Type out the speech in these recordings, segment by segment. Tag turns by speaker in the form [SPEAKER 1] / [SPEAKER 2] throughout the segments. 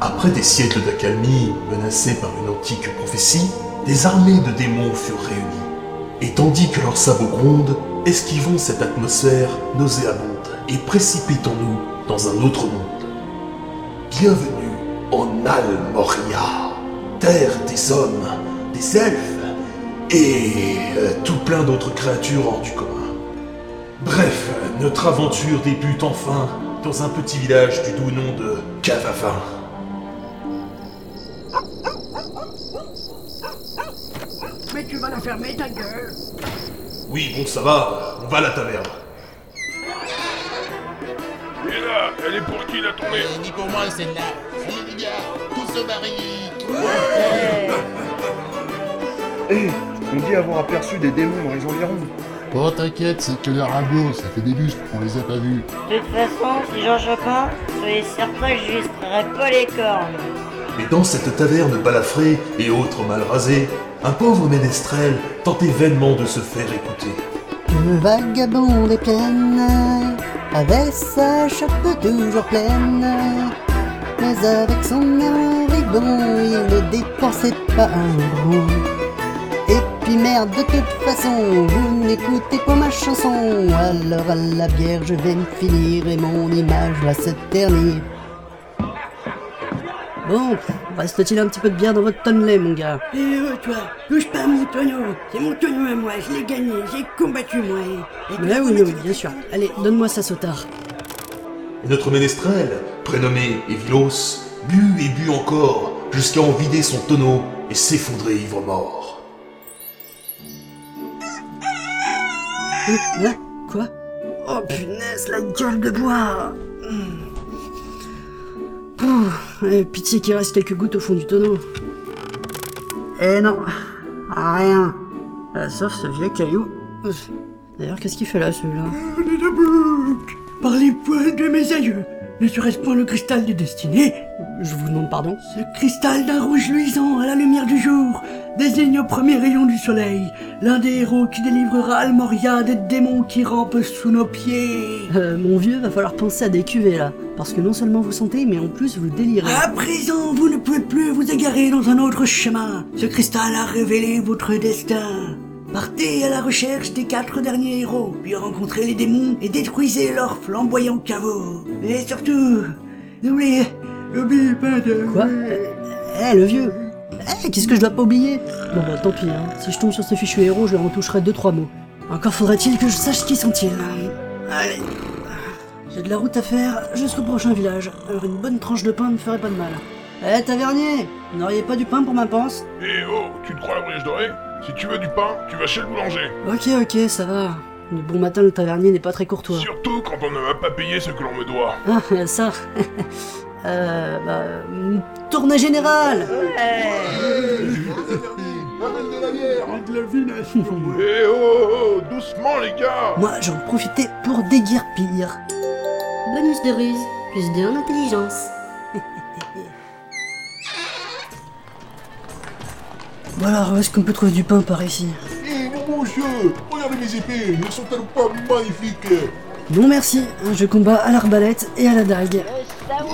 [SPEAKER 1] Après des siècles d'accalmie menacés par une antique prophétie, des armées de démons furent réunies. Et tandis que leurs sabots grondent, esquivons cette atmosphère nauséabonde et précipitons-nous dans un autre monde. Bienvenue en Almoria, terre des hommes, des elfes et euh, tout plein d'autres créatures hors du commun. Bref, notre aventure débute enfin dans un petit village du doux nom de Cavavin.
[SPEAKER 2] Mais tu vas la fermer, ta gueule
[SPEAKER 1] Oui, bon, ça va, on va à la taverne.
[SPEAKER 3] Et là, elle est pour qui la tournée
[SPEAKER 4] Elle est ni pour moi celle-là. Allez les gars, tous au baril.
[SPEAKER 5] Hé On dit avoir aperçu des démons dans les environs.
[SPEAKER 6] Oh t'inquiète, c'est que leur ragots, ça fait des lustres qu'on les a pas vus.
[SPEAKER 7] De toute façon, si j'en chope un, soyez certain que je lui extrairai pas les cornes.
[SPEAKER 1] Mais dans cette taverne balafrée et autres mal rasées, un pauvre ménestrel tentait vainement de se faire écouter.
[SPEAKER 8] Vagabond des plaines, avec sa chape toujours pleine, mais avec son air bon, il ne dépensait pas un rond. Et puis merde, de toute façon, vous n'écoutez pas ma chanson, alors à la bière je vais me finir et mon image va se ternir. Bon, reste-t-il un petit peu de bière dans votre tonnelet, mon gars
[SPEAKER 2] Et euh, toi, touche pas à mon tonneau C'est mon tonneau à moi, je l'ai gagné, j'ai combattu moi et- et
[SPEAKER 8] Ouais,
[SPEAKER 2] toi,
[SPEAKER 8] oui,
[SPEAKER 2] tu-
[SPEAKER 8] oui, bien sûr. Allez, donne-moi ça, sautard.
[SPEAKER 1] Et notre ménestrel, prénommé Evilos, but et but encore jusqu'à en vider son tonneau et s'effondrer ivre-mort.
[SPEAKER 8] Hein, hein, Quoi
[SPEAKER 2] Oh punaise, la gueule de bois
[SPEAKER 8] Euh, Pitié qu'il reste quelques gouttes au fond du tonneau. Eh non, rien. Euh, sauf ce vieux caillou. Ouf. D'ailleurs, qu'est-ce qu'il fait là, celui-là
[SPEAKER 2] Le de bouc Par les poils de mes aïeux Ne serait-ce point le cristal du destiné
[SPEAKER 8] Je vous demande pardon.
[SPEAKER 2] Ce cristal d'un rouge luisant à la lumière du jour désigne au premier rayon du soleil l'un des héros qui délivrera Almoria des démons qui rampent sous nos pieds.
[SPEAKER 8] Euh, mon vieux, va falloir penser à des cuvées là. Parce que non seulement vous sentez, mais en plus vous délirez.
[SPEAKER 2] À présent, vous ne pouvez plus vous égarer dans un autre chemin. Ce cristal a révélé votre destin. Partez à la recherche des quatre derniers héros, puis rencontrez les démons et détruisez leurs flamboyants caveaux. Et surtout, n'oubliez, n'oubliez pas de...
[SPEAKER 8] Quoi Eh, le vieux Eh, qu'est-ce que je dois pas oublier Bon bah tant pis, hein. si je tombe sur ce fichu héros, je leur en toucherai deux trois mots. Encore faudrait-il que je sache qui sont-ils.
[SPEAKER 2] Allez,
[SPEAKER 8] J'ai de la route à faire jusqu'au prochain village. Alors une bonne tranche de pain ne me ferait pas de mal. Eh tavernier, vous n'auriez pas du pain pour ma panse
[SPEAKER 3] Eh oh, tu te crois la brioche dorée Si tu veux du pain, tu vas chez le boulanger.
[SPEAKER 8] Ok ok, ça va. Le bon matin le tavernier n'est pas très courtois.
[SPEAKER 3] Surtout quand on ne m'a pas payé ce que l'on me doit.
[SPEAKER 8] Ah ça Euh bah... hum, Tournée générale
[SPEAKER 6] Ramène de la bière
[SPEAKER 3] Eh oh, oh, doucement les gars
[SPEAKER 8] Moi j'en profitais pour déguerpir.
[SPEAKER 9] Bonus de ruse, plus de en intelligence.
[SPEAKER 8] Voilà, où est-ce qu'on peut trouver du pain par ici
[SPEAKER 6] Hé mon bon Dieu, regardez mes épées, elles sont elles pas magnifiques
[SPEAKER 8] Non merci, je combats à l'arbalète et à la dague.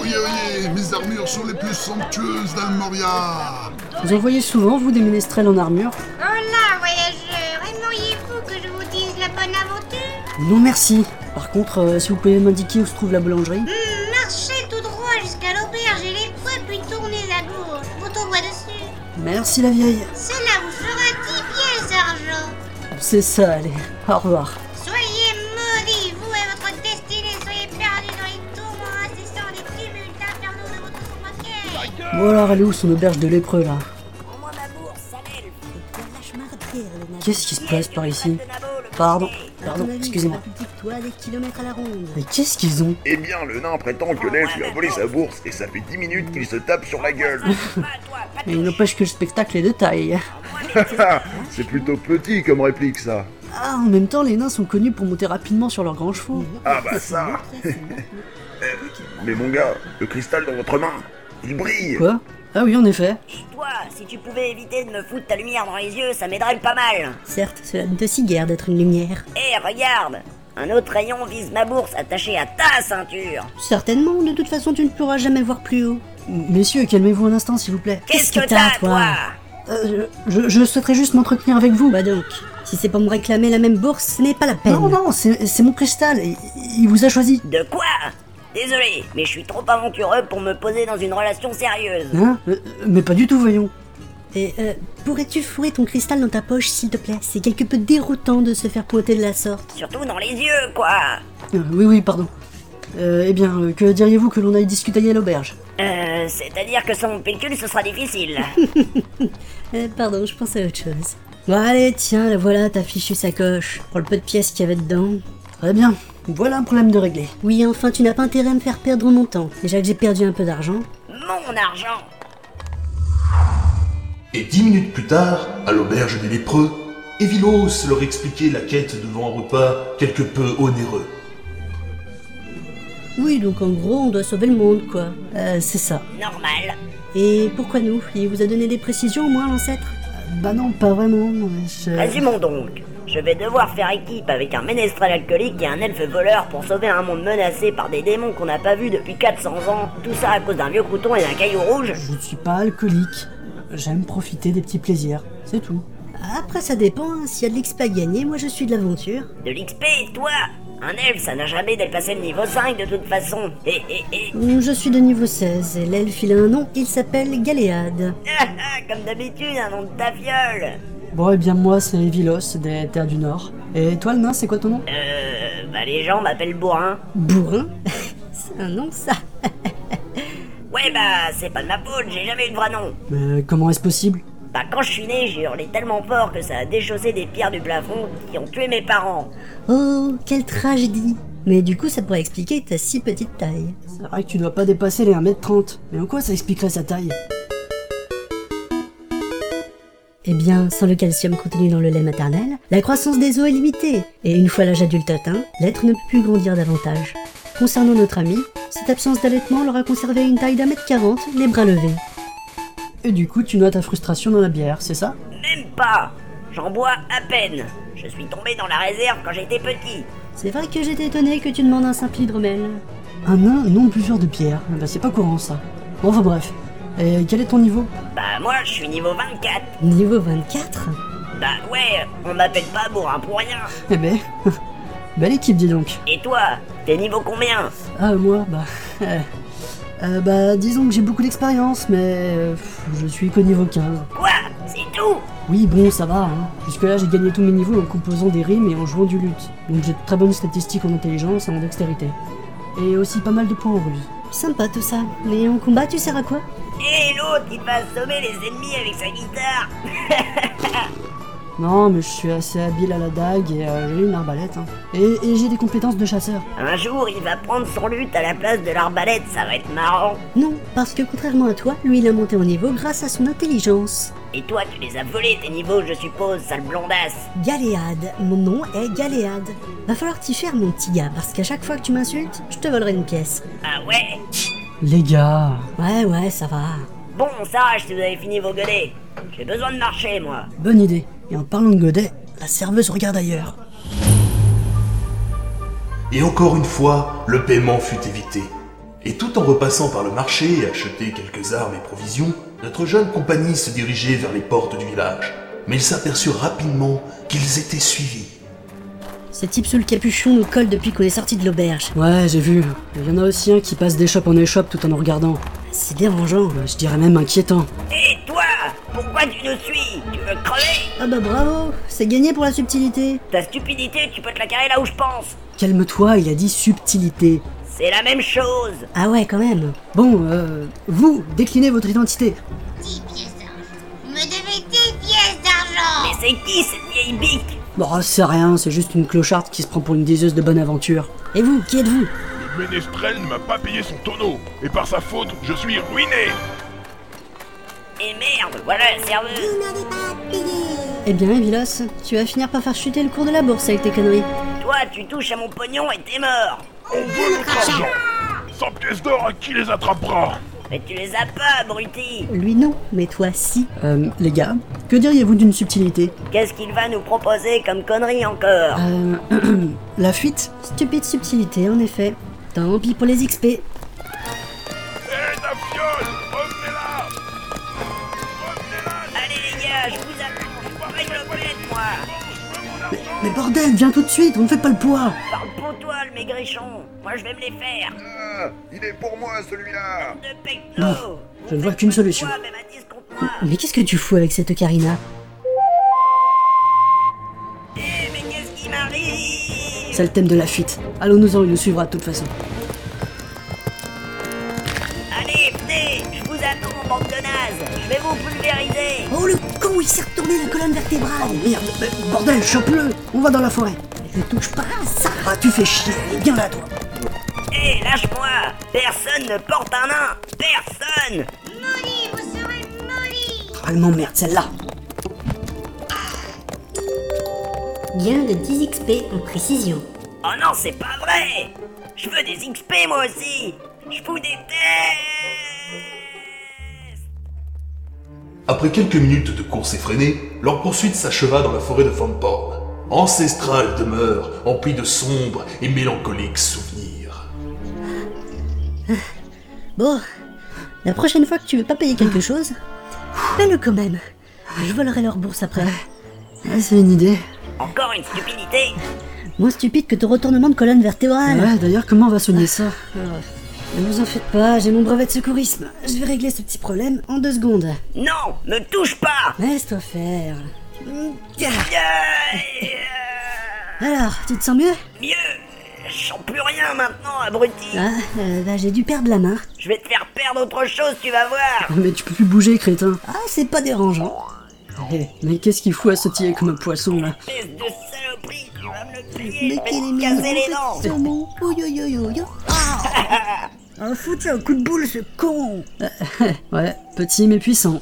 [SPEAKER 6] Oyez, oyez, Oh, mes armures sont les plus somptueuses d'Almoria
[SPEAKER 8] Vous en voyez souvent, vous, des ménestrels en armure
[SPEAKER 10] Hola, voyageurs, aimeriez-vous que je vous dise la bonne aventure
[SPEAKER 8] Non merci. Par contre, euh, si vous pouvez m'indiquer où se trouve la
[SPEAKER 10] Hmm.
[SPEAKER 8] boulangerie.
[SPEAKER 10] Marchez tout droit jusqu'à l'auberge et l'épreuve, puis tournez à gauche. Vous tomberez dessus.
[SPEAKER 8] Merci la vieille.
[SPEAKER 10] Cela vous fera 10 pièces d'argent.
[SPEAKER 8] C'est ça, allez. Au revoir.
[SPEAKER 10] Soyez maudits, vous et votre destinée, soyez perdus dans les tourments incessants des tumultes infernaux de votre sourd
[SPEAKER 8] Bon alors, elle est où son auberge de lépreux, là Qu'est-ce qui se passe par ici
[SPEAKER 7] Ah
[SPEAKER 8] Pardon, pardon, excusez-moi.
[SPEAKER 7] Toi, des kilomètres à la ronde.
[SPEAKER 8] Mais qu'est-ce qu'ils ont
[SPEAKER 5] Eh bien, le nain prétend que l'elfe lui a volé sa bourse et ça fait 10 minutes qu'il se tape sur la gueule.
[SPEAKER 8] Mais il n'empêche que le spectacle est de taille.
[SPEAKER 5] C'est plutôt petit comme réplique ça.
[SPEAKER 8] Ah, en même temps, les nains sont connus pour monter rapidement sur leurs grands chevaux.
[SPEAKER 5] Ah bah ça Mais mon gars, le cristal dans votre main, il brille
[SPEAKER 8] Quoi Ah oui, en effet.
[SPEAKER 4] Toi, si tu pouvais éviter de me foutre ta lumière dans les yeux, ça m'aiderait pas mal.
[SPEAKER 7] Certes, cela ne te guère d'être une lumière.
[SPEAKER 4] Eh, regarde
[SPEAKER 7] Un autre rayon vise ma bourse attachée à ta ceinture.
[SPEAKER 8] Certainement, de toute façon, tu ne pourras jamais le voir plus haut. Monsieur, calmez-vous un instant, s'il vous plaît.
[SPEAKER 7] Qu'est-ce que t'as, toi
[SPEAKER 8] Euh, je, je souhaiterais juste m'entretenir avec vous. Bah donc, si c'est pour me réclamer la même bourse, ce n'est pas la peine. Non, non, c'est c'est mon cristal. Il, il vous a choisi.
[SPEAKER 7] De quoi Désolé, mais je suis trop aventureux pour me poser dans une relation sérieuse.
[SPEAKER 8] Hein Euh, Mais pas du tout, voyons. Et euh, pourrais-tu fourrer ton cristal dans ta poche, s'il te plaît C'est quelque peu déroutant de se faire pointer de la sorte.
[SPEAKER 7] Surtout dans les yeux, quoi
[SPEAKER 8] Euh, oui, oui, pardon. Euh, eh bien, euh, que diriez-vous que l'on aille discuter à l'auberge
[SPEAKER 7] Euh, c'est-à-dire que sans mon pécule, ce sera difficile.
[SPEAKER 8] Euh, Pardon, je pensais à autre chose. Bon, allez, tiens, la voilà, ta fichue sacoche. Pour le peu de pièces qu'il y avait dedans. Très bien, voilà un problème de régler. Oui, enfin, tu n'as pas intérêt à me faire perdre mon temps. Déjà que j'ai perdu un peu d'argent.
[SPEAKER 7] Mon argent
[SPEAKER 1] Et dix minutes plus tard, à l'auberge des lépreux, Evilos leur expliquait la quête devant un repas quelque peu onéreux.
[SPEAKER 8] Oui, donc en gros, on doit sauver le monde, quoi. Euh, c'est ça.
[SPEAKER 7] Normal.
[SPEAKER 8] Et pourquoi nous Il vous a donné des précisions, au moins, l'ancêtre Bah non, pas vraiment.
[SPEAKER 7] Résumons donc. Je vais devoir faire équipe avec un ménestrel alcoolique et un elfe voleur pour sauver un monde menacé par des démons qu'on n'a pas vus depuis 400 ans. Tout ça à cause d'un vieux crouton et d'un caillou rouge.
[SPEAKER 11] Je ne suis pas alcoolique. J'aime profiter des petits plaisirs, c'est tout.
[SPEAKER 8] Après, ça dépend. hein. S'il y a de l'XP à gagner, moi, je suis de l'aventure.
[SPEAKER 7] De l'XP, toi Un elfe, ça n'a jamais dépassé le niveau 5 de toute façon. Eh, Hé hé hé
[SPEAKER 8] Mm, Je suis de niveau 16 et l'elfe, il a un nom. Il s'appelle Galéade.
[SPEAKER 7] Ah, ah, Comme d'habitude, un nom de ta fiole
[SPEAKER 11] Bon, eh bien, moi, c'est Evilos, des Terres du Nord. Et toi, le nain, c'est quoi ton nom
[SPEAKER 7] Euh. Bah, les gens m'appellent bourrin.
[SPEAKER 8] Bourrin C'est un nom, ça
[SPEAKER 7] Ouais, bah, c'est pas de ma faute, j'ai jamais eu de vrai nom.
[SPEAKER 11] Mais Ben, comment est-ce possible
[SPEAKER 7] Bah, quand je suis né, j'ai hurlé tellement fort que ça a déchaussé des pierres du plafond qui ont tué mes parents.
[SPEAKER 8] Oh, quelle tragédie Mais du coup, ça pourrait expliquer ta si petite taille.
[SPEAKER 11] C'est vrai que tu dois pas dépasser les 1m30. Mais en quoi ça expliquerait sa taille
[SPEAKER 8] Eh bien, sans le calcium contenu dans le lait maternel, la croissance des os est limitée, et une fois l'âge adulte atteint, l'être ne peut plus grandir davantage. Concernant notre ami, cette absence d'allaitement l'aura conservé une taille d'un mètre quarante, les bras levés.
[SPEAKER 11] Et du coup, tu noies ta frustration dans la bière, c'est ça
[SPEAKER 7] Même pas J'en bois à peine. Je suis tombé dans la réserve quand j'étais petit.
[SPEAKER 8] C'est vrai que j'étais étonné que tu demandes un simple hydromel.
[SPEAKER 11] Un nain non buveur de bière. Ah Bah, c'est pas courant, ça. Bon, enfin, bref. Et quel est ton niveau
[SPEAKER 7] Bah, moi, je suis niveau 24.
[SPEAKER 8] Niveau 24
[SPEAKER 7] Bah, ouais, on m'appelle pas bourrin pour rien.
[SPEAKER 11] Eh ben, belle équipe, dis donc.
[SPEAKER 7] Et toi, t'es niveau combien
[SPEAKER 11] Ah, moi, bah... euh, euh, bah, disons que j'ai beaucoup d'expérience, mais euh, pff, je suis qu'au niveau 15.
[SPEAKER 7] Quoi C'est tout
[SPEAKER 11] Oui, bon, ça va. Hein. Jusque-là, j'ai gagné tous mes niveaux en composant des rimes et en jouant du luth. Donc j'ai de très bonnes statistiques en intelligence et en dextérité. Et aussi pas mal de points en ruse.
[SPEAKER 8] Sympa tout ça, mais en combat tu sers à quoi
[SPEAKER 7] Et l'autre qui va assommer les ennemis avec sa guitare
[SPEAKER 11] Non, mais je suis assez habile à la dague et euh, j'ai une arbalète. hein. Et, et j'ai des compétences de chasseur.
[SPEAKER 7] Un jour, il va prendre son lutte à la place de l'arbalète, ça va être marrant.
[SPEAKER 8] Non, parce que contrairement à toi, lui il a monté en niveau grâce à son intelligence.
[SPEAKER 7] Et toi, tu les as volés tes niveaux, je suppose, sale blondasse.
[SPEAKER 8] Galéade, mon nom est Galéade. Va falloir t'y faire mon petit gars, parce qu'à chaque fois que tu m'insultes, je te volerai une pièce.
[SPEAKER 7] Ah ouais
[SPEAKER 11] Les gars,
[SPEAKER 8] Ouais ouais, ça va.
[SPEAKER 7] Bon, on s'arrache si vous avez fini vos godets. J'ai besoin de marcher, moi.
[SPEAKER 11] bonne idée. Et en parlant de godet, la serveuse regarde ailleurs.
[SPEAKER 1] Et encore une fois, le paiement fut évité. Et tout en repassant par le marché et acheter quelques armes et provisions, notre jeune compagnie se dirigeait vers les portes du village. Mais ils s'aperçurent rapidement qu'ils étaient suivis.
[SPEAKER 8] Ce type sous le capuchon nous colle depuis qu'on est sorti de l'auberge.
[SPEAKER 11] Ouais, j'ai vu. Il y en a aussi un qui passe d'échoppe en échoppe tout en nous regardant.
[SPEAKER 8] C'est dérangeant.
[SPEAKER 11] Bah, je dirais même inquiétant.
[SPEAKER 7] Et toi Pourquoi tu nous suis Tu veux crever
[SPEAKER 8] Ah bah bravo, c'est gagné pour la subtilité.
[SPEAKER 7] Ta stupidité, tu peux te la carrer là où je pense.
[SPEAKER 11] Calme-toi, il a dit subtilité.
[SPEAKER 7] C'est la même chose.
[SPEAKER 8] Ah ouais quand même.
[SPEAKER 11] Bon, euh, vous, déclinez votre identité.
[SPEAKER 10] 10 pièces d'argent. Vous me devez 10 pièces d'argent
[SPEAKER 7] Mais c'est qui cette vieille bique
[SPEAKER 11] Bon, c'est rien, c'est juste une clocharde qui se prend pour une diseuse de bonne aventure.
[SPEAKER 8] Et vous, qui êtes-vous
[SPEAKER 3] Le ménestrel ne m'a pas payé son tonneau, et par sa faute, je suis ruiné
[SPEAKER 7] Et merde, voilà la serveuse.
[SPEAKER 8] Eh bien, Evilos, tu vas finir par faire chuter le cours de la bourse avec tes conneries.
[SPEAKER 7] Toi, tu touches à mon pognon et t'es mort.
[SPEAKER 3] On veut notre argent 100 pièces d'or à qui les attrapera
[SPEAKER 7] Mais tu les as pas, abruti
[SPEAKER 8] Lui non, mais toi si. Euh, les gars, que diriez-vous d'une subtilité
[SPEAKER 7] Qu'est-ce qu'il va nous proposer comme connerie encore
[SPEAKER 8] Euh... la fuite Stupide subtilité, en effet. Tant pis pour les XP.
[SPEAKER 3] Hé, ta fiole Revenez-la
[SPEAKER 7] Allez les gars, je vous attends, je boirai une omelette moi
[SPEAKER 8] Mais bordel, viens tout de suite, on ne fait pas le poids
[SPEAKER 7] Parle pour toi le maigrichon Moi je vais me les faire
[SPEAKER 5] Ah, il est pour moi celui-là
[SPEAKER 7] De pecto
[SPEAKER 8] je ne vois qu'une solution.
[SPEAKER 7] Moi, même à 10 contre moi
[SPEAKER 8] Mais qu'est-ce que tu fous avec cette ocarina
[SPEAKER 7] Eh, mais qu'est-ce qui m'arrive
[SPEAKER 8] C'est le thème de la fuite. Allons-nous-en, il nous suivra de toute façon.
[SPEAKER 7] Allez, venez Je vous attends, bande de nazes Je vais vous pulvériser
[SPEAKER 8] Oh le con, il s'est retourné la colonne vertébrale Oh, Merde, mais bordel, chope-le On va dans la forêt Je touche pas à ça Ah, tu fais chier, allez, viens là, toi
[SPEAKER 7] Hé, Eh, lâche-moi Personne ne porte un nain Personne
[SPEAKER 10] Molly, vous serez molly
[SPEAKER 8] Ah, elle m'emmerde, celle-là Gain de 10 XP en précision.
[SPEAKER 7] Oh non, c'est pas vrai Je veux des XP moi aussi Je vous déteste
[SPEAKER 1] Après quelques minutes de course effrénée, leur poursuite s'acheva dans la forêt de Fanporn, ancestrale demeure emplie de sombres et mélancoliques souvenirs.
[SPEAKER 8] Bon, la prochaine fois que tu veux pas payer quelque chose, fais-le quand même. Je volerai leur bourse après. Ah, c'est une idée.
[SPEAKER 7] Encore une stupidité
[SPEAKER 8] Moins stupide que ton retournement de colonne vertébrale. Ouais, d'ailleurs, comment on va soigner ça Ne vous en faites pas, j'ai mon brevet de secourisme. Je vais régler ce petit problème en deux secondes.
[SPEAKER 7] Non Ne touche pas
[SPEAKER 8] Laisse-toi faire.
[SPEAKER 7] Yeah
[SPEAKER 8] Alors, tu te sens mieux
[SPEAKER 7] Mieux Je sens plus rien maintenant, abruti
[SPEAKER 8] Ah, euh, bah, j'ai dû perdre la main.
[SPEAKER 7] Je vais te faire perdre autre chose, tu vas voir
[SPEAKER 8] Oh, Mais tu peux plus bouger, crétin. Ah, c'est pas dérangeant. Eh, Mais qu'est-ce qu'il fout à sautiller comme un poisson, là
[SPEAKER 7] Espèce de saloperie, tu vas me le payer Je vais te casser les dents
[SPEAKER 2] Un foutu un coup de boule, ce con
[SPEAKER 8] Eh, ouais, petit mais puissant.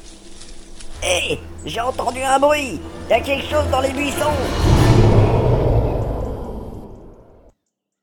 [SPEAKER 7] Hé J'ai entendu un bruit Y'a quelque chose dans les buissons